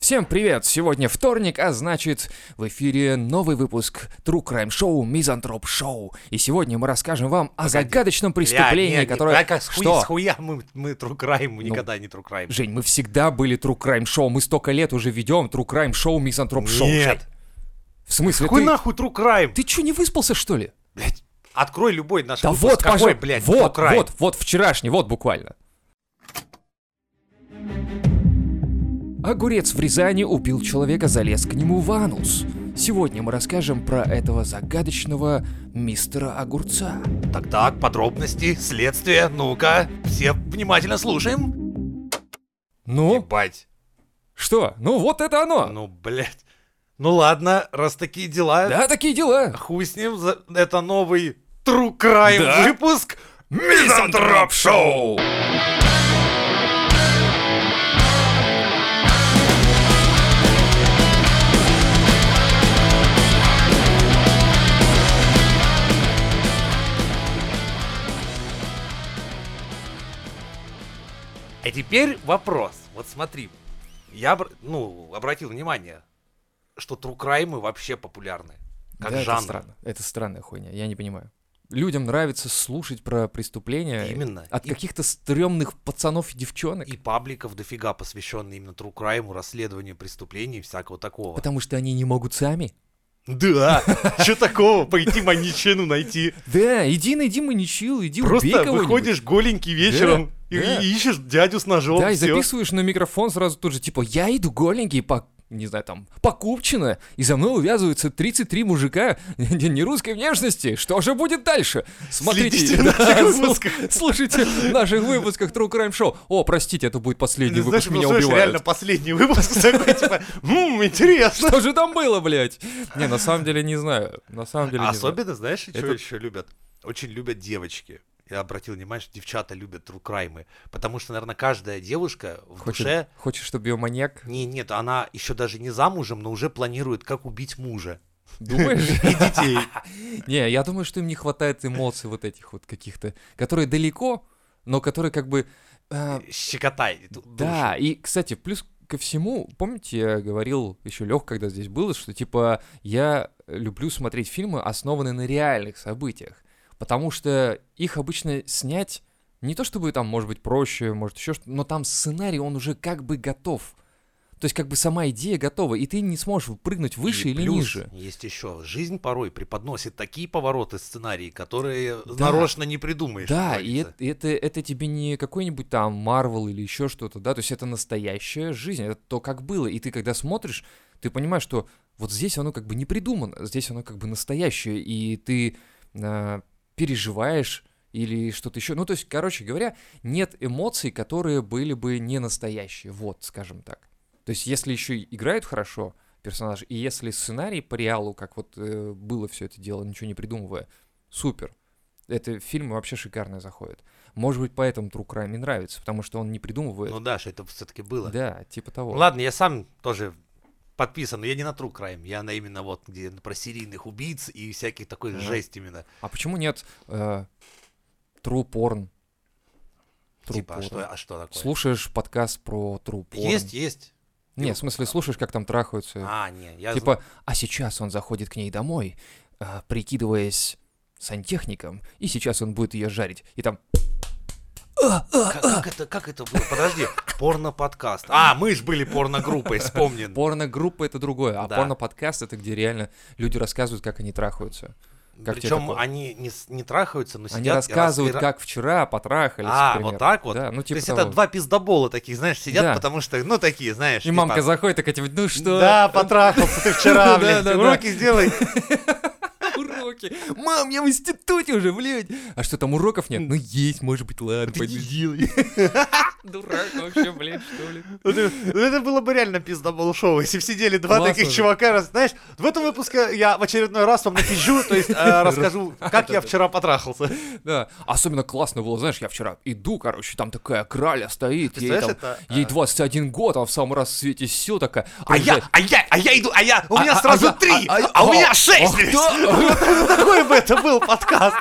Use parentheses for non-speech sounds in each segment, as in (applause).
Всем привет! Сегодня вторник, а значит в эфире новый выпуск True Crime Show Мизантроп Шоу. И сегодня мы расскажем вам о загадочном преступлении, Ля, не, не, которое... так, а с хуя- Что? Ну, с хуя мы, мы True Crime, мы никогда не True Crime. Жень, мы всегда были True Crime Show, мы столько лет уже ведем True Crime Show Мизантроп Шоу. Жень. Нет, В смысле, какой ты... нахуй True Crime? Ты что, не выспался, что ли? Открой любой наш Да выпуск, вот, какой, пожалуйста. блядь, True вот, Crime. вот, вот вчерашний, вот буквально. Огурец в Рязани убил человека, залез к нему в анус. Сегодня мы расскажем про этого загадочного мистера Огурца. Так, так, подробности, следствие, ну-ка, все внимательно слушаем. Ну, Ебать. что? Ну вот это оно! Ну, блядь. Ну ладно, раз такие дела, Да, такие дела. хуй с ним, за- это новый True Crime Да. выпуск. Мизантроп Шоу! А теперь вопрос. Вот смотри, я обр- ну, обратил внимание, что True Crime вообще популярны. Как Да, Это жанр. странно. Это странная хуйня, я не понимаю. Людям нравится слушать про преступления Именно. от И- каких-то стрёмных пацанов и девчонок. И пабликов дофига, посвященных именно True Crime, расследованию преступлений и всякого такого. Потому что они не могут сами. Да, (laughs) что такого? Пойти маньячину найти. Да, иди найди маничил, иди убей Просто кого-нибудь. выходишь голенький вечером и, да. и ищешь дядю с ножом. Да, и всё. записываешь на микрофон сразу тут же, типа, я иду голенький по не знаю, там, покупчина, и за мной увязываются 33 мужика (laughs) не не русской внешности. Что же будет дальше? Смотрите, (laughs) Следите в да, ну. наших сл- выпусках. слушайте в наших выпусках True Crime Show. О, простите, это будет последний Не знаешь, выпуск, меня слушаешь, убивают. реально (laughs) последний выпуск такой, типа, «М, интересно. Что же там было, блядь? Не, на самом деле не знаю. На самом деле не знаю. Особенно, знаешь, что Это- еще любят? Очень любят девочки. Я обратил внимание, что девчата любят true crime, потому что, наверное, каждая девушка в Хочешь, душе... хочешь, чтобы ее маньяк? Не, нет, она еще даже не замужем, но уже планирует, как убить мужа Думаешь? и детей. Не, я думаю, что им не хватает эмоций вот этих вот каких-то, которые далеко, но которые как бы... Э, а, Щекотай. ду- душу. да, и, кстати, плюс ко всему, помните, я говорил еще Лех, когда здесь был, что типа я люблю смотреть фильмы, основанные на реальных событиях, потому что их обычно снять не то чтобы там, может быть, проще, может еще что но там сценарий, он уже как бы готов. То есть как бы сама идея готова, и ты не сможешь прыгнуть выше И или плюс ниже. Есть еще. Жизнь порой преподносит такие повороты сценарий, которые Да. нарочно не придумаешь. как Да, и говорится. это, и это, это тебе не какой-нибудь там Марвел или еще что-то, да, то есть это настоящая жизнь, это то, как было. И ты, когда смотришь, ты понимаешь, что вот здесь оно как бы не придумано, здесь оно как бы настоящее, и ты а, переживаешь или что-то еще. Ну, то есть, короче говоря, нет эмоций, которые были бы не настоящие, вот, скажем так. То есть, если еще и играют хорошо персонажи, и если сценарий по реалу, как вот э, было все это дело, ничего не придумывая, супер. Это фильм вообще шикарно заходит. Может быть, поэтому True Crime и нравится, потому что он не придумывает. Ну да, что это все-таки было. да, типа того. Ладно, я сам тоже подписан, но я не на True Crime, я на именно вот, где про серийных убийц и всяких такой Ага. жесть именно. А почему нет э, True Porn? True типа, а Porn. что, а что такое? Слушаешь подкаст про True Porn? Есть, есть. Не, в смысле, слушаешь, как там трахаются. А, не, я типа, а сейчас он заходит к ней домой, а, прикидываясь сантехником, и сейчас он будет ее жарить. И там, зн- Как, как это, как это было? Подожди, (laughs) порно-подкаст. А, мы ж были порно-группой, вспомнен. порно-группа это другое, а Да. порно-подкаст это где реально люди рассказывают, как они трахаются. Как тебе Причем такое? они не, с- не трахаются, но сидят Они и рассказывают, распира- как вчера потрахались, А, к примеру. вот так вот? Да, ну То типа есть того. это два пиздобола таких, знаешь, сидят, Да. потому что, ну, такие, знаешь. И мамка типа, заходит, такая, типа, ну что? (laughs) Да, потрахался ты вчера, Да, блядь, да, да. уроки (laughs) сделай. уроки. Мам, я в институте уже, блядь. А что, там уроков нет? Ну есть, может быть, ладно, Ты пойду. делай. «Ну, Дурак вообще, блядь, что ли. Ну, ты- ну, это было бы реально пиздобол шоу, если бы сидели два Классно таких же. чувака, раз- знаешь, в этом выпуске я в очередной раз вам напизжу, то есть (laughs) э, расскажу, как я вчера потрахался. Да, особенно классно было, знаешь, я вчера иду, короче, там такая краля стоит, ей, Представляешь, там- это, ей а. 21 год, а в самом рассвете сил такая. А я, приезжает. а я, а я иду, а я, у меня А- а- сразу я- три, а- а- а у меня а- шесть. ах, блядь. да. (laughs) Какой бы это был подкаст?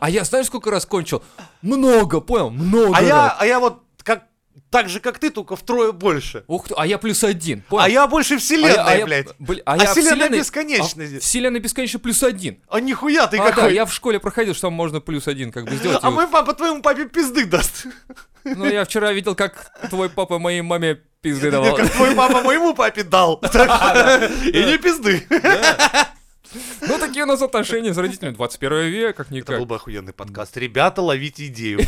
А я знаешь, сколько раз кончил? Много, понял? Много А я, раз. а я вот как так же, как ты, только втрое больше. Ух ты, а я плюс один. А я больше вселенная, а я, блядь. бля- А, а я вселенная вселенной- бесконечна. а вселенная бесконечно плюс один. А нихуя ты а, да, какой. я в школе проходил, что там можно плюс один (laughs) как бы сделать. А И вот- мой папа твоему папе пизды даст. Ну, я вчера видел, как твой папа моей маме пизды Нет, давал. Как твой папа моему папе дал. (laughs) Так, И не пизды. Ну, такие у нас отношения с родителями. 21 век, как Это был никак. бы охуенный подкаст. Ребята, ловите идею.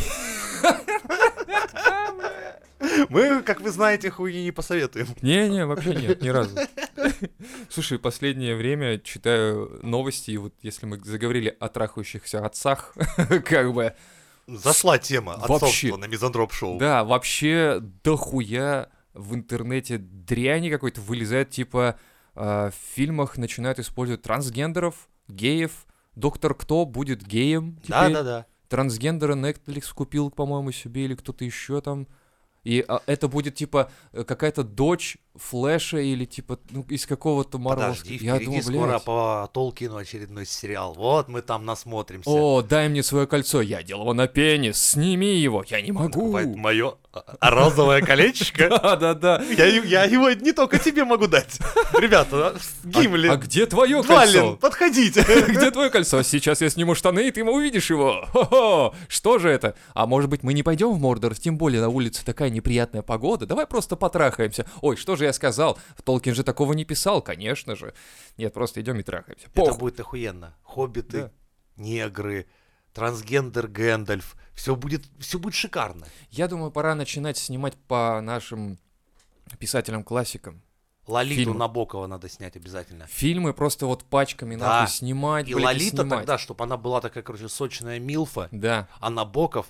Мы, как вы знаете, хуйни не посоветуем. Не-не, вообще нет, ни разу. Слушай, последнее время читаю новости, и вот если мы заговорили о трахающихся отцах, (laughs) как бы, Зашла тема Вообще. отцовства на мизантроп-шоу. да, вообще дохуя в интернете дряни какой-то вылезает, типа э, в фильмах начинают использовать трансгендеров, геев, Доктор Кто будет геем Да, теперь. да, да. трансгендера Netflix купил, по-моему, себе или кто-то еще там. И а, это будет типа э, какая-то дочь Флэша или типа ну, из какого-то Марвелского. Подожди, Я впереди думаю, скоро блядь. по Толкину очередной сериал. Вот мы там насмотримся. О, дай мне свое кольцо, я делал его на пенис, сними его, я не могу. Мое а, розовое (laughs) колечечко. Да, да, да. Я, е- я его не только тебе могу дать. Ребята, а, Гимли, А где твое Вален, кольцо? подходите. (laughs) Где твое кольцо? Сейчас я сниму штаны, и ты увидишь его. Хо-хо! Что же это? А может быть, мы не пойдем в Мордор, тем более на улице такая неприятная погода. Давай просто потрахаемся. Ой, что же я сказал? Толкин же такого не писал, конечно же. Нет, просто идем и трахаемся. Это Пох. будет охуенно. Хоббиты, Да. негры, трансгендер Гэндальф. Все будет, все будет шикарно. Я думаю, пора начинать снимать по нашим писателям-классикам. Лолиту Фильм. Набокова надо снять обязательно. Фильмы просто вот пачками Да. нахуй снимать, И блядь, Лолита снимать. тогда, чтобы она была такая, короче, сочная милфа. Да. А Набоков...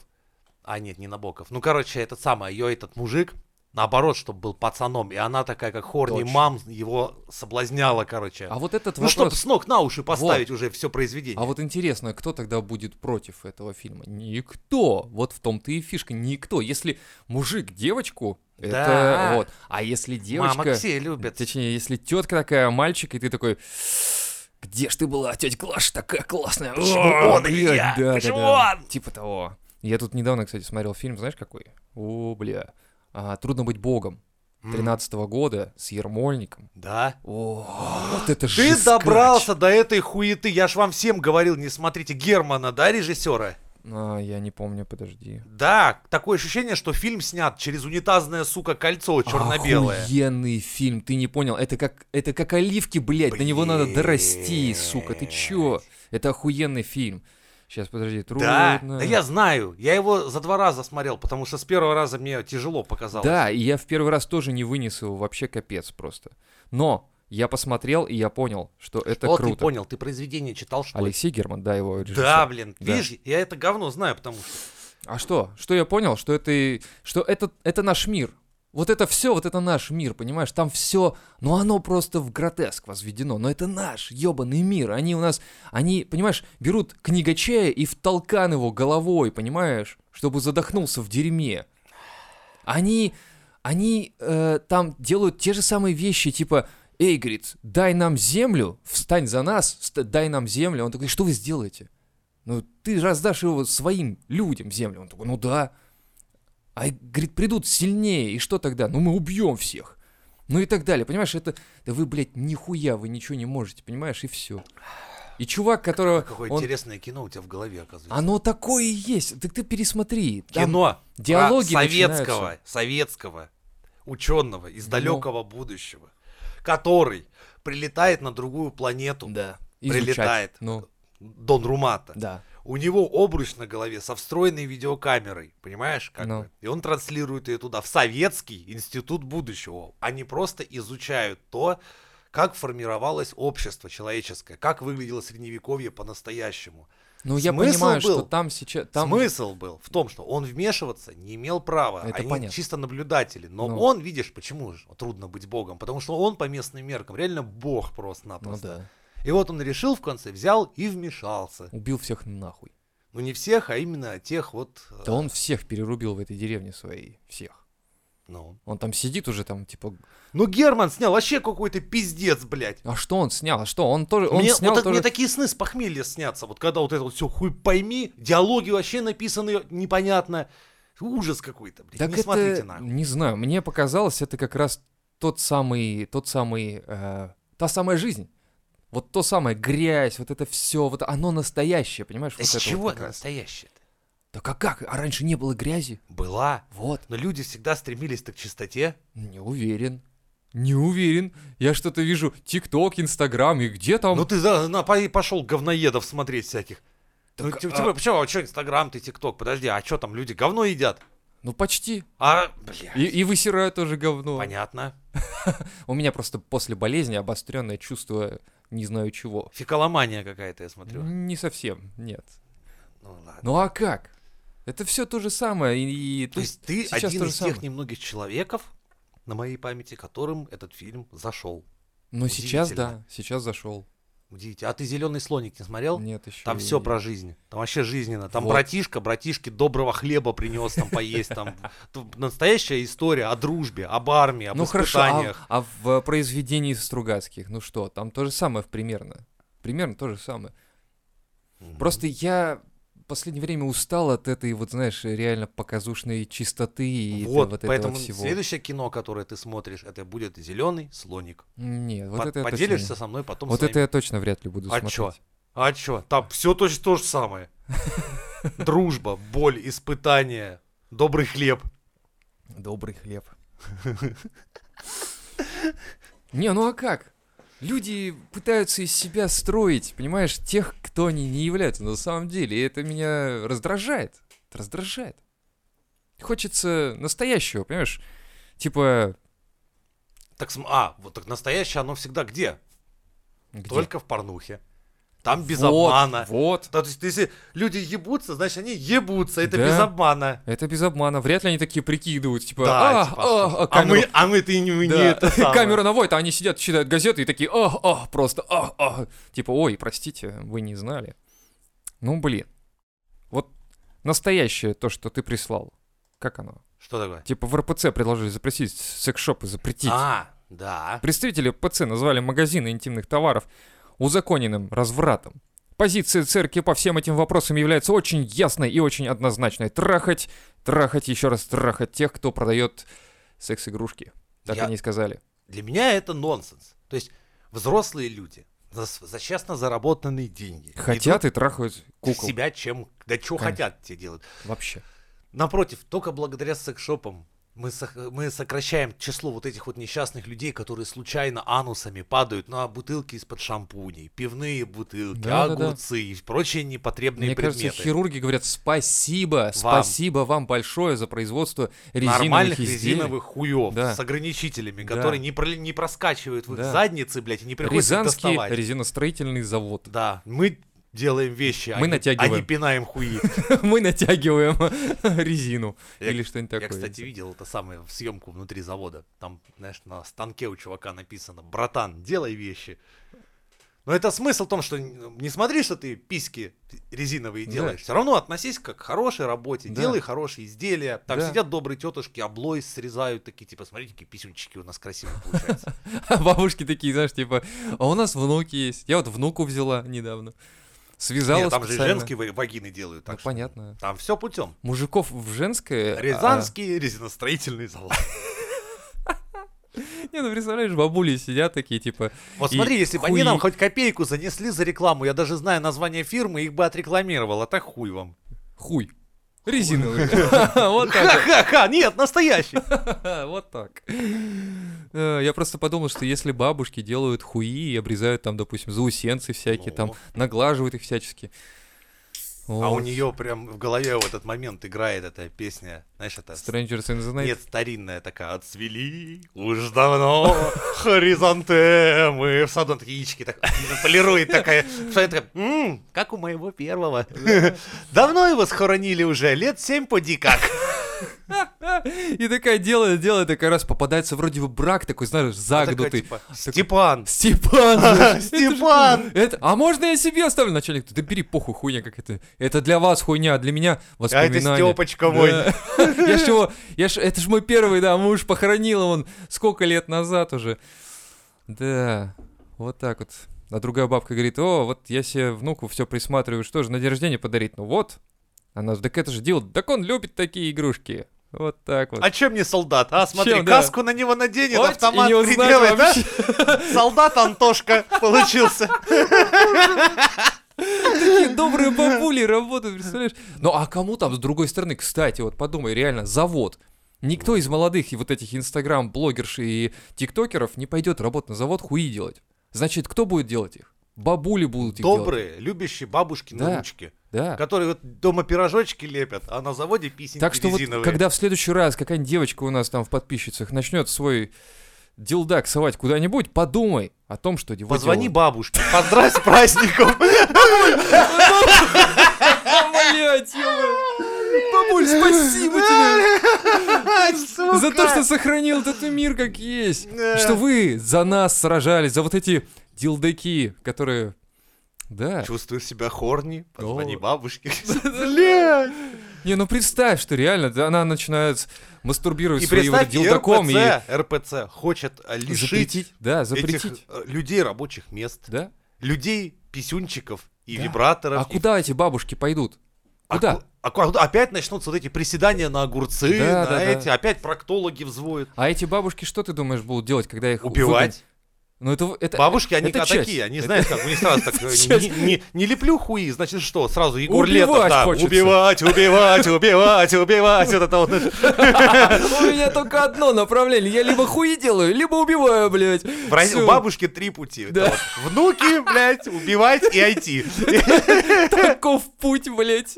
А, нет, не Набоков. Ну, короче, этот самый, ее этот мужик, наоборот, чтобы был пацаном. И она такая, как хорни Точно. мам, его соблазняла, короче. А вот этот ну, чтобы вопрос... с ног на уши поставить уже все произведение. А вот интересно, кто тогда будет против этого фильма? Никто. Вот в том-то и фишка. Никто. Если мужик девочку, это Да. вот. А если Мама, девочка... все любят. Точнее, если тетка такая, мальчик, и ты такой... Где ж ты была, тетя Глаша, такая классная? Почему О, он, и не блядь, я? да, да, Почему да. он? Типа того. Я тут недавно, кстати, смотрел фильм, знаешь, какой? О, бля. А, «Трудно быть богом» М, 13 года с Ермольником. Да. (gasps) О, вот это же Ты добрался до этой хуеты. Я ж вам всем говорил, не смотрите Германа, да, режиссера? А, я не помню, подожди. Да, такое ощущение, что фильм снят через унитазное, сука, кольцо черно-белое. Охуенный фильм, ты не понял. Это как, это как оливки, блядь, до него надо дорасти, сука, ты чё? Это охуенный фильм. Сейчас, подожди, трудно. Да, да я знаю. Я его за два раза смотрел, потому что с первого раза мне тяжело показалось. Да, и я в первый раз тоже не вынес его, вообще капец просто. Но я посмотрел, и я понял, что это Вот ты круто. понял, ты произведение читал, что ли? Алексей Герман, да, его режиссер. Да, блин, Да. видишь, я это говно знаю, потому что... А что? Что я понял? Что это, и- что это, это наш мир. Вот это все, вот это наш мир, понимаешь? Там все, ну оно просто в гротеск возведено, но это наш ебаный мир. Они у нас, они, понимаешь, берут книгачея и втолкан его головой, понимаешь? Чтобы задохнулся в дерьме. Они, они э, там делают те же самые вещи, типа, эй, говорит, дай нам землю, встань за нас, вст- дай нам землю. Он такой, что вы сделаете? Ну, ты раздашь его своим людям землю. Он такой, ну да. А, говорит, придут сильнее, и что тогда? Ну, мы убьем всех. Ну и так далее, понимаешь, это... Да вы, блядь, нихуя, вы ничего не можете, понимаешь, и все. И чувак, которого... Какое он- интересное кино у тебя в голове, оказывается. Оно такое и есть, так ты пересмотри. Там Кино про диалоги советского, начинаются. советского ученого из Ну. далекого будущего, который прилетает на другую планету. Да. Прилетает. Ну, Дон Румата. да. У него обруч на голове со встроенной видеокамерой, понимаешь, как Ну. бы? И он транслирует ее туда, в советский институт будущего. Они просто изучают то, как формировалось общество человеческое, как выглядело средневековье по-настоящему. Ну, я Смысл понимаю, что был? там сейчас... Там... Смысл был в том, что он вмешиваться не имел права. Это Они понятно. чисто наблюдатели. Но Ну. он, видишь, почему же трудно быть богом? Потому что он по местным меркам реально бог Ну просто-напросто. да. И вот он решил в конце, взял и вмешался. Убил всех нахуй. Ну не всех, а именно тех вот... э, Да он всех перерубил в этой деревне своей. Всех. Ну. Он там сидит уже там, типа... Ну, Герман снял вообще какой-то пиздец, блядь. А что он снял? А что? Он тоже... Он мне, снял вот так- тоже... мне такие сны с похмелья снятся. Вот когда вот это вот все хуй пойми, диалоги вообще написаны непонятно. Ужас какой-то, блин. Так не это, смотрите нахуй. не знаю, мне показалось, это как раз тот самый, тот самый, э, та самая жизнь. Вот то самое, грязь, вот это все, вот оно настоящее, понимаешь? Да вот с это вот чего как это раз. настоящее-то? Так а как? А раньше не было грязи? Была. Вот. Но люди всегда стремились-то к чистоте. Не уверен. Не уверен. Я что-то вижу ТикТок, Инстаграм, и где там... Ну ты за- на, пошел говноедов смотреть всяких. Так, ну, ти- а- типа, почему, а что Инстаграм, ты ТикТок? Подожди, а что там люди говно едят? ну почти. А, бля, И, и высираю тоже говно. понятно. У меня просто после болезни обостренное чувство не знаю чего. Фекаломания какая-то, я смотрю. Не совсем, нет. Ну ладно. Ну а как? Это все то же самое, и, и То тут- есть ты сейчас один то же из тех самое. немногих человеков, на моей памяти, которым этот фильм зашел. Но сейчас, да, удивительно. сейчас зашел. Удивительно. А ты «Зеленый слоник» не смотрел? Нет, еще. Там все про жизнь. Там вообще жизненно. Там Вот. братишка, братишки доброго хлеба принес там поесть. Там (laughs) Т- настоящая история о дружбе, об армии, об Ну хорошо, а, испытаниях. а в э, произведении Стругацких, ну что, там то же самое примерно. Примерно то же самое. Мгм. Просто я в последнее время устал от этой, вот знаешь, реально показушной чистоты и вот, вот, вот поэтому этого всего. следующее кино, которое ты смотришь, это будет «Зеленый слоник». Нет, вот По- это я точно Поделишься не- со мной потом Вот своими это я точно вряд ли буду А смотреть. чё? А чё? Там все точно то (laughs) же самое. Дружба, боль, испытания, добрый хлеб. Добрый хлеб. Не, ну а как? Люди пытаются из себя строить, понимаешь, тех, кто они не являются на самом деле. И это меня раздражает. Это раздражает. Хочется настоящего, понимаешь? Типа... Так, см- а, вот так настоящее оно всегда где? где? Только в порнухе. Там без Вот, обмана. Вот. Да, то есть, если люди ебутся, значит, они ебутся. Это Да. без обмана. Это без обмана. Вряд ли они такие прикидывают, типа... Да, «А, типа, а, а, а, камеру мы, а мы ты не, не Да. это (laughs) самое. Камера на войт, а они сидят, читают газеты и такие, ах, ах, просто, ах, ах. Типа, ой, простите, вы не знали. Ну, блин. Вот настоящее то, что ты прислал. Как оно? Что такое? Типа в РПЦ предложили запретить секс-шопы, запретить. А, да. Представители ПЦ назвали магазины интимных товаров узаконенным развратом. Позиция церкви по всем этим вопросам является очень ясной и очень однозначной. Трахать, трахать, еще раз трахать тех, кто продает секс-игрушки. Так Я- они и сказали. Для меня это нонсенс. То есть, взрослые люди за, с- за честно заработанные деньги идут Хотят и трахают кукол. себя чем, да чего Конечно. хотят те делают. Вообще. Напротив, только благодаря секс-шопам мы, сох- мы сокращаем число вот этих вот несчастных людей, которые случайно анусами падают на бутылки из-под шампуней, пивные бутылки, Да-да-да. огурцы и прочие непотребные Мне предметы. кажется, хирурги говорят спасибо, спасибо вам большое за производство резиновых Нормальных изделий. резиновых хуев Да. с ограничителями, Да. которые не, прол- не проскачивают в их Да. задницы, блядь, и не приходится их Рязанский доставать. резиностроительный завод. (laughs) Да, мы делаем вещи, а Мы не- а натягиваем. не пинаем хуи. Мы натягиваем (laughs) резину Я- или что-нибудь такое. Я, кстати, видел это самое съемку внутри завода. Там, знаешь, на станке у чувака написано «Братан, делай вещи». Но это смысл в том, что н- не смотри, что ты письки резиновые Да. делаешь. Все равно относись как к хорошей работе, Да. делай хорошие изделия. Там Да. сидят добрые тетушки, облой срезают такие, типа, смотрите, какие писюнчики у (laughs) нас красивые получаются. А бабушки такие, знаешь, типа, а у нас внуки есть. Я вот внуку взяла недавно. Связала Нет, там же специально. женские ва- вагины делают. Ну, Так что понятно. там все путем. Мужиков в женское... а- Рязанский резиностроительный завод. Не, ну представляешь, бабули сидят такие, типа, Вот И смотри, если бы они нам хуи. хоть копейку занесли за рекламу, я даже знаю название фирмы, их бы отрекламировал, а так хуй вам. хуй. (laughs) Резиновый. (laughs) Вот так вот. Ха-ха-ха, (laughs) нет, настоящий. Вот так. Э, Я просто подумал, что если бабушки делают хуи и обрезают там, допустим, заусенцы всякие, там Ну. наглаживают их всячески. А у Вот. нее прям в голове в этот момент играет эта песня, знаешь, это... с- Strangers in the Night. Нет, старинная такая, отцвели уж (laughs) давно хоризонтемы в саду такие яички, так, (laughs) полирует такая, что я такая, «М, как у моего первого. (laughs) Давно его схоронили уже, лет семь поди как. И такая делает, делает, такая раз попадается вроде бы брак такой, знаешь, Такая, загнутый. типа, Степан, Степан! знаешь, это же- Степан! Это, а можно я себе оставлю? Начальник, да бери похуй, хуйня какая-то. Это для вас хуйня, а для меня а это воспоминания. Степочка мой. Да. (laughs) Я ж его, я ж, это ж мой первый, да, муж похоронил он сколько лет назад уже. Да, вот так вот. А другая бабка говорит, о, вот я себе внуку все присматриваю, что же на день рождения подарить? Ну вот, Она же, так это же делает, так он любит такие игрушки. Вот так вот. А чем не солдат? А, смотри, Чем, да? каску на него наденет, Вот и автомат не узнать приделает, да? вообще. (laughs) Солдат Антошка получился. Такие добрые бабули работают, представляешь? Ну а кому там, с другой стороны, кстати, вот подумай, реально, завод. Никто из молодых и вот этих инстаграм-блогерш и тиктокеров не пойдет работать на завод хуи делать. Значит, кто будет делать их? Бабули будут их делать. Добрые, любящие бабушки Да. на ручке, Да. которые вот дома пирожочки лепят, а на заводе писеньки Так что вот, резиновые. когда в следующий раз какая-нибудь девочка у нас там в подписчицах начнет свой дилдак совать куда-нибудь, подумай о том, что его Позвони делают. бабушке, поздравь с (laughs) праздником. А, блядь, ё-моё. Бабуль, спасибо тебе! За то, что сохранил этот мир как есть. Да. Что вы за нас сражались, за вот эти дилдаки, которые... Да. Чувствуешь себя хорни? Позвони О. (laughs) бабушке. Не, ну представь, что реально да, она начинает мастурбировать И своим вот представь, дилдаком и РПЦ, РПЦ хочет а, лишить запретить. Да, этих запретить. э, людей рабочих мест, Да? людей писюнчиков и Да. вибраторов. А и куда эти бабушки пойдут? А Куда? ку- а куда? Опять начнутся вот эти приседания на огурцы, Да, на да, да. эти, опять проктологи взвоют. А эти бабушки что ты думаешь будут делать, когда их выгонят? Убивать. Ну это, это Бабушки, они это а, часть. такие, они Это- знаешь, как у них сразу (laughs) так, э, не, часть. не- не леплю хуи, значит что, сразу Егор Убивать Летов, да, хочется. убивать, убивать, убивать, убивать, вот это вот. (laughs) у меня только одно направление. Я либо хуи делаю, либо убиваю, блядь. В Ро- Всё. У бабушки три пути. Это Да. вот внуки, блядь, убивать и IT. Таков путь, блядь.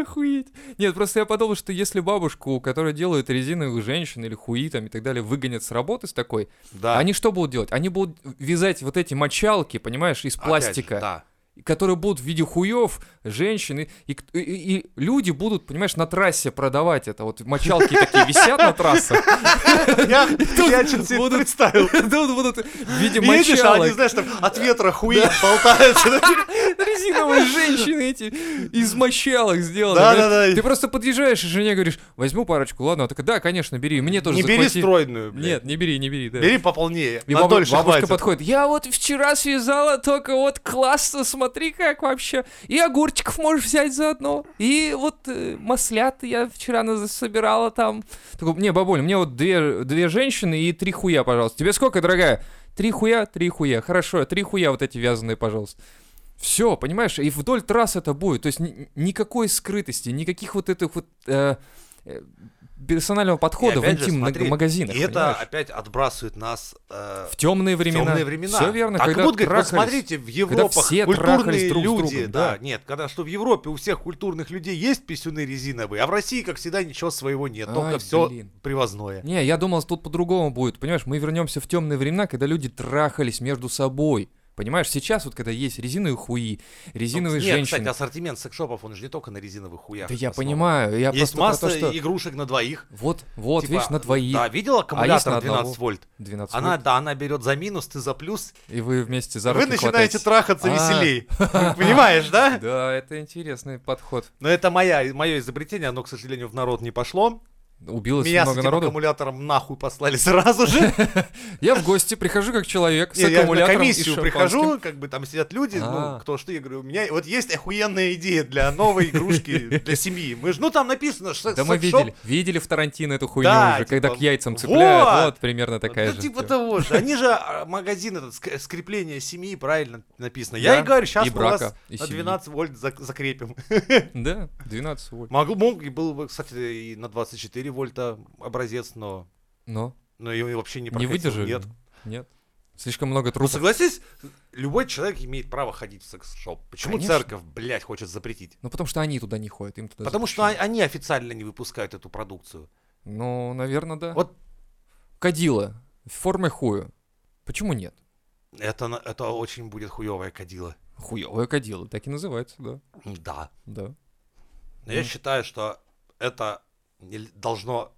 Охуеть. Нет, просто я подумал, что если бабушку, которая делает резиновых женщин или хуи там и так далее, выгонят с работы с такой, Да. они что будут делать? Они будут вязать вот эти мочалки, понимаешь, из Опять же, пластика, (laughs) да. которые будут в виде хуев женщины, и, к- и- и- и люди будут, понимаешь, на трассе продавать это. Вот мочалки такие висят на трассах, (laughs) Я, я чё-то себе будут- (laughs) представил. Тут будут в виде Едешь, а они, мочалок. знаешь, там от ветра хуи (laughs) болтаются. Резиновые (laughs) женщины эти из мочалок сделаны. Да, понимаешь? да, да. Ты просто подъезжаешь и жене говоришь, возьму парочку, ладно? Она такая, да, конечно, бери, мне тоже Не бери захвати». стройную, блядь. Нет, не бери, не бери, да. Бери пополнее. И на бабу- дольше бабушка хватит. подходит, я вот вчера связала, только вот классно, смотри как вообще. И огурчиков можешь взять заодно. И вот э, маслят я вчера на- собирала там. Такой, не, бабуль, мне вот две, две женщины и три хуя, пожалуйста. Тебе сколько, дорогая? Три хуя, три хуя. Хорошо, три хуя вот эти вязаные, пожалуйста. Все, понимаешь, и вдоль трасс это будет. То есть ни- никакой скрытости, никаких вот этих вот э, э, персонального подхода в опять же, смотри, интим-магазинах. И это опять отбрасывает нас э, В темные в времена. темные времена. Все верно, так и когда будут говорить, вот трахались. смотрите, в Европах все трахались культурные друг с люди, другом, да. да. нет, когда что в Европе у всех культурных людей есть писюны резиновые, а в России, как всегда, ничего своего нет, Ай, только все блин. привозное. Не, я думал, тут по-другому будет. Понимаешь, мы вернемся в темные времена, когда люди трахались между собой. Понимаешь, сейчас вот когда есть резиновые хуи, резиновые Ну, нет, женщины. кстати, ассортимент секшопов, он же не только на резиновых хуях. да я в основном. понимаю, я Есть просто про масса то, что... игрушек на двоих. Вот, вот, типа, видишь, на двоих, А Да, видел есть аккумулятор на одного. 12 вольт? 12 Она, минут, да, она берет за минус, ты за плюс. и вы вместе за руки Вы начинаете хватаетесь. А. трахаться веселей. (laughs) Понимаешь, да? Да, это интересный подход. Но это моя, мое изобретение, оно, к сожалению, в народ не пошло. Убилось Меня с много этим народу. аккумулятором нахуй послали (laughs) сразу же. Я в гости прихожу как человек (laughs) с Не, Я на аккумулятором и комиссию шампанским. прихожу, как бы там сидят люди, А. ну, кто что, я говорю, у меня вот есть охуенная идея для (laughs) новой игрушки для семьи. Мы же, ну, там написано, что Да мы секс-шоп. видели, видели в Тарантино эту хуйню Да, уже, когда типа, к яйцам цепляют, вот. вот, примерно такая да же. типа тема. того же. Они же а, магазин этот, ск- скрепление семьи, правильно написано. Я Да, и говорю, сейчас и мы вас брака, и на семьи. 12 вольт зак- закрепим. (laughs) Да, 12 вольт. Могу, мог, и был бы, кстати, и на 24 вольта образец, но, Но но его вообще не не прокатил. выдержали? Нет. Нет. Слишком много Ну, трусов. согласись, любой человек имеет право ходить в секс-шоп. Почему Конечно. церковь, блядь, хочет запретить? Ну, потому что они туда не ходят, им туда Потому что запрещено. о- они официально не выпускают эту продукцию. Ну, наверное, да. Вот Кадила. В форме хуя. Почему нет? это, на- это очень будет хуевая кадила. Хуевое кадила, так и называется, да. Да. Да. Но я Мгм. считаю, что это не л- должно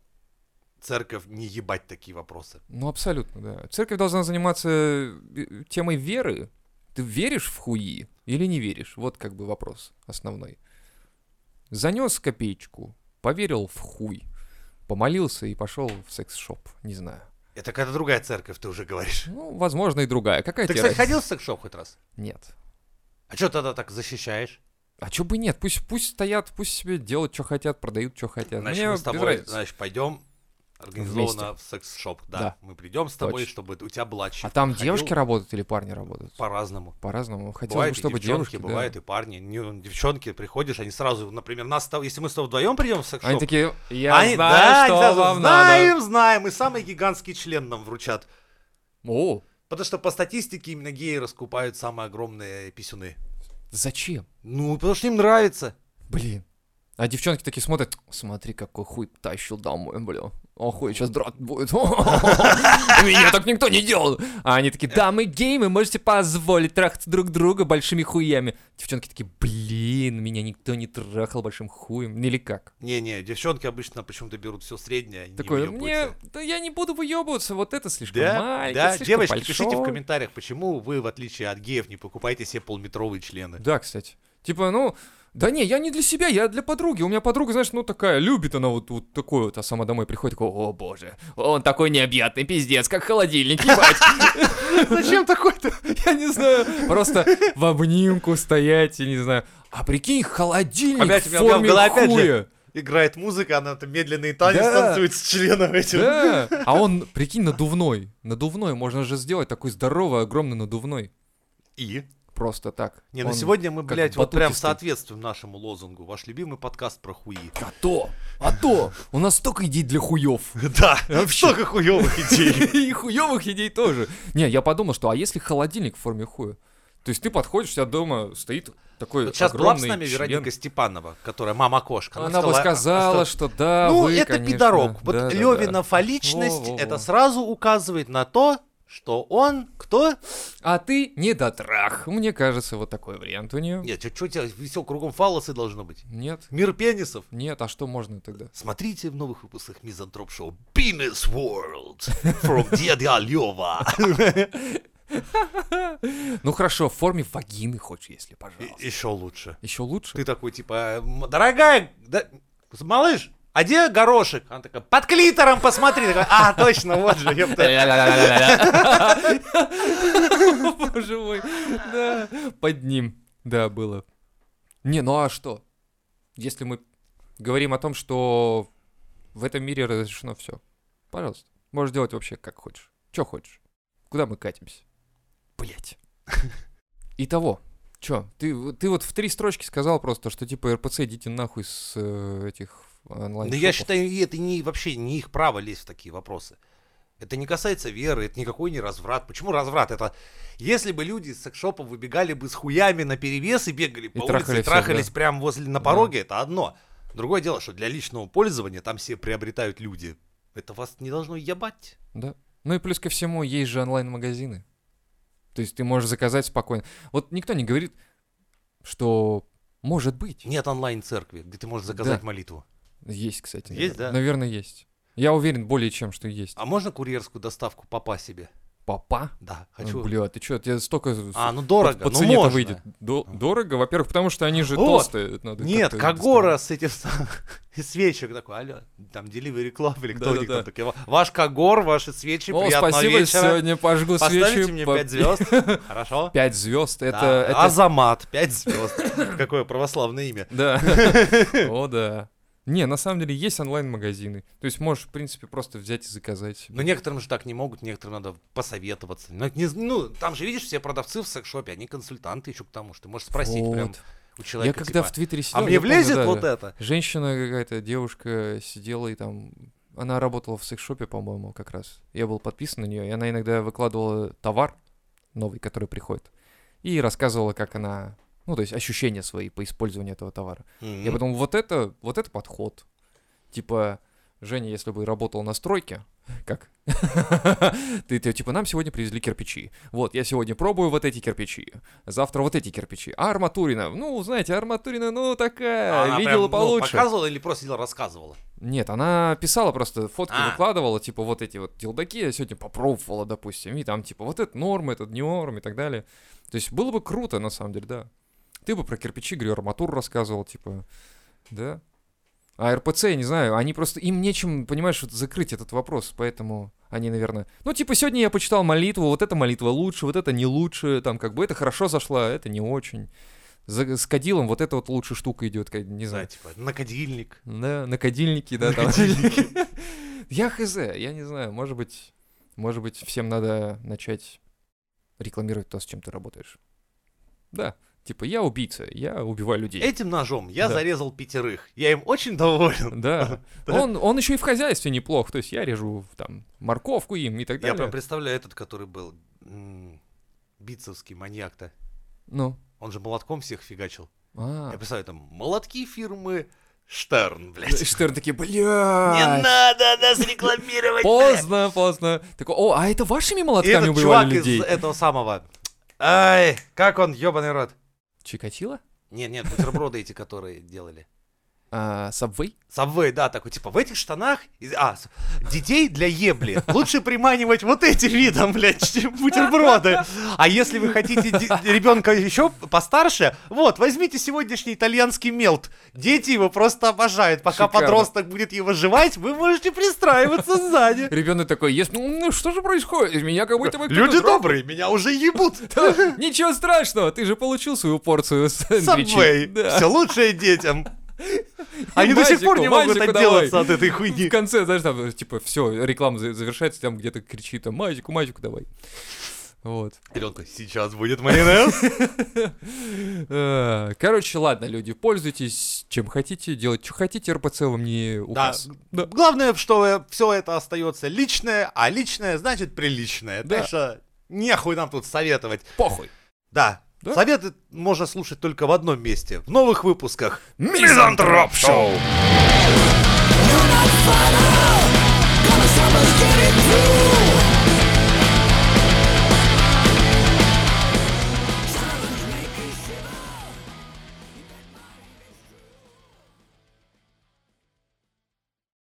церковь не ебать такие вопросы. Ну, абсолютно, да. Церковь должна заниматься э, темой веры. Ты веришь в хуи или не веришь? Вот как бы вопрос основной. Занес копеечку, поверил в хуй, помолился и пошел в секс-шоп. Не знаю. Это какая-то другая церковь, ты уже говоришь. Ну, возможно, и другая. Какая Ты, тебе кстати, разница? ходил в секс-шоп хоть раз? Нет. А что тогда так защищаешь? А чё бы нет? Пусть, пусть стоят, пусть себе делают, что хотят, продают, что хотят. Значит, Мне мы с без тобой, разницы. значит, пойдем организованно в секс-шоп. Да, Да. мы придем с тобой, Точно. чтобы у тебя была А отчетка. там Ходил девушки работают или парни работают? По-разному. По-разному. Хотелось бывают бы, чтобы и девчонки, девушки... да. бывают и парни. Не, ну, девчонки, приходишь, они сразу, например, нас, с тобой- если мы с тобой вдвоем придем в секс-шоп, Они такие, я они- знаю, да, что они сразу, вам знаем, надо. знаем, и самый гигантский член нам вручат. О, Потому что по статистике именно геи раскупают самые огромные писюны. зачем? Ну, потому что им нравится. Блин. А девчонки такие смотрят, смотри, какой хуй тащил домой, бля. Охуй, сейчас драт будет. (laughs) Меня так никто не делал. А они такие, да, мы гей, мы можете позволить трахаться друг друга большими хуями. Девчонки такие, блин, меня никто не трахал большим хуем. Или как? Не-не, девчонки обычно почему-то берут все среднее. и не Такой, мне, въебываются. да я не буду выебываться, вот это слишком Да, маленький, да, слишком девочки, большой». пишите в комментариях, почему вы, в отличие от геев, не покупаете себе полметровые члены. Да, кстати. Типа, ну, да не, я не для себя, я для подруги. У меня подруга, знаешь, ну такая, любит она вот, вот такое вот, а сама домой приходит, такой, о боже, он такой необъятный, пиздец, как холодильник, ебать. (laughs) Зачем такой-то? Я не знаю, просто в обнимку стоять, я не знаю. А прикинь, холодильник Опять в у меня- у меня в форме голове опять же хуя. Играет музыка, она там медленный танец Да. танцует с членом этим. Да, а он, прикинь, надувной. Надувной, можно же сделать такой здоровый, огромный надувной. И? Просто так. Не, на Он сегодня мы, как блядь, вот прям батутистый. соответствуем нашему лозунгу. Ваш любимый подкаст про хуи. (laughs) А то, а то, у нас столько идей для хуев. Да, столько хуёвых (laughs) (laughs) идей. И хуёвых идей тоже. Не, я подумал, что а если холодильник в форме хуя? То есть ты подходишь, у тебя дома стоит такой Вот сейчас была бы с огромный нами член. Вероника Степанова, которая мама кошка. Она бы сказала, а, что да, ну вы, это конечно, пидорок. Вот да-да-да». Левина фаличность Во-во-во. это сразу указывает на то, что он кто? А ты не дотрах. Мне кажется, вот такой вариант у нее. Нет, что делать? Все кругом фалосы должно быть. Нет. Мир пенисов. Нет, а что можно тогда? Смотрите в новых выпусках Мизантроп Шоу Penis World from дядя Лева. Ну хорошо, в форме вагины хочешь, если, пожалуйста. Еще лучше. Еще лучше. Ты такой, типа, «М, дорогая, да- малыш, а где горошек? Она такая, под клитором посмотри. Такой, а, точно, вот же, ёпта. Боже мой. Да, под ним. Да, было. Не, ну а что? Если мы говорим о том, что в этом мире разрешено все. Пожалуйста. Можешь делать вообще как хочешь. Че хочешь. Куда мы катимся? Блять. Итого. Че? Ты, в- ты вот в три строчки сказал просто, что типа РПЦ идите нахуй с э, этих онлайн Но я считаю, и это не, вообще не их право лезть в такие вопросы. Это не касается веры, это никакой не разврат. Почему разврат? Это если бы люди из секшопа выбегали бы с хуями на перевес и бегали по улице трахали и всех, трахались да. прямо возле на Да. пороге, это одно. Другое дело, что для личного пользования там все приобретают люди. Это вас не должно ебать. Да. Ну и плюс ко всему, есть же онлайн-магазины. То есть ты можешь заказать спокойно. Вот никто не говорит, что может быть. Нет онлайн-церкви, где ты можешь заказать молитву. Есть, кстати. Есть, наверное. да? Наверное, есть. Я уверен более чем, что есть. А можно курьерскую доставку попа себе? Папа? Да, Э, хочу. Бля, ты что, тебе столько с- а, ну дорого, по, по ну цене-то можно. выйдет? До- дорого, во-первых, потому что они же Вот. толстые. Надо Нет, как-то Кагора с этим сам- (laughs) и свечек такой, алло, там Delivery Club или кто у них Да-да-да. там такие, «Ва- Ваш Кагор, ваши свечи, доставить. О, приятного спасибо, вечера. сегодня пожгу Поставите свечи. мне по- 5 звезд, (laughs) хорошо? Пять звезд, это... Да, а это- Азамат, 5 звезд. (laughs) Какое православное имя. (laughs) Да. О, да. Не, на самом деле есть онлайн-магазины. То есть можешь, в принципе, просто взять и заказать. Но некоторым же так не могут, некоторым надо посоветоваться. Но это не- Ну, там же, видишь, все продавцы в секшопе, они консультанты еще к тому, что ты можешь спросить прям Вот. у Я человека, когда типа, в Твиттере сидел... а я мне помню, влезет да, вот да. это? Женщина какая-то, девушка сидела и там... Она работала в секс-шопе, по-моему, как раз. Я был подписан на нее, и она иногда выкладывала товар новый, который приходит, и рассказывала, как она... Ну, то есть ощущения свои по использованию этого товара. Я Мгм. подумал, вот это, вот это подход. Типа, Женя, если бы работал на стройке, как? (laughs) Ты, ты, типа, нам сегодня привезли кирпичи. Вот, я сегодня пробую вот эти кирпичи. Завтра вот эти кирпичи. А арматурина? Ну, знаете, арматурина, ну, такая, Она видела прям, ну, получше. показывала или просто сидела, рассказывала? Нет, она писала просто, фотки А. выкладывала, типа, вот эти вот делдаки я сегодня попробовала, допустим, и там, типа, вот это норм, это не норм и так далее. То есть было бы круто, на самом деле, да. Ты бы про кирпичи, говорю, арматуру рассказывал, типа, да. А РПЦ, я не знаю, они просто, им нечем, понимаешь, вот закрыть этот вопрос, поэтому они, наверное, ну, типа, сегодня я почитал молитву, вот эта молитва лучше, вот это не лучше, там, как бы, это хорошо зашла, это не а очень. за- с кадилом вот это вот лучше штука идет, как- не знаю. типа, накодильник. Да, на кадильнике, да, там. (laughs) Я хз, я не знаю, может быть, может быть, всем надо начать рекламировать то, с чем ты работаешь. Да, типа, я убийца, я убиваю людей. Этим ножом я Да. зарезал пятерых. Я им очень доволен. (laughs) Да. Да. Он, он еще и в хозяйстве неплох, то есть я режу там морковку им и так Я далее. прям представляю этот, который был м, битцевский маньяк-то. Ну, Он же молотком всех фигачил. а. Я представляю, там молотки фирмы Штерн, блядь. Штерн такие, (laughs) Не бля, надо нас рекламировать, блядь!» поздно, поздно. Такой, о, а это вашими И молотками этот чувак убивали из Э- людей? этого самого. Ай, как он, ебаный рот. Чикатило? Нет, нет, бутерброды эти, которые делали. А, Сабвей? Сабвей, да, такой, типа, в этих штанах... из- А, с- детей для ебли. Лучше приманивать вот этим видом, блядь, чем бутерброды. А если вы хотите де- ребенка еще постарше, вот, возьмите сегодняшний итальянский мелт. Дети его просто обожают. Пока Шикарно. подросток будет его жевать, вы можете пристраиваться сзади. Ребенок такой, есть, ну, ну, что же происходит? Меня как будто бы кто-то Люди трогал». добрые, меня уже ебут. Да, Ничего страшного, ты же получил свою порцию Сабвей. сэндвичей. Да. Все лучшее детям. Они до сих Вазику, пор не могут Вазику отделаться давай. от этой В хуйни. конце, знаешь, там, типа, все, реклама за- завершается, там где-то кричит, там, мазику, мазику давай. Вот. (laughs) И он такой, сейчас будет майонез. Э, Короче, ладно, люди, пользуйтесь чем хотите, делайте, что хотите, РПЦ вам не указ. Да. Главное, что все это остается личное, а личное значит приличное. Да. Так что нехуй нам тут советовать. Похуй. Да, Да. советы можно слушать только в одном месте, в новых выпусках. Мизантроп Шоу! You're not funny.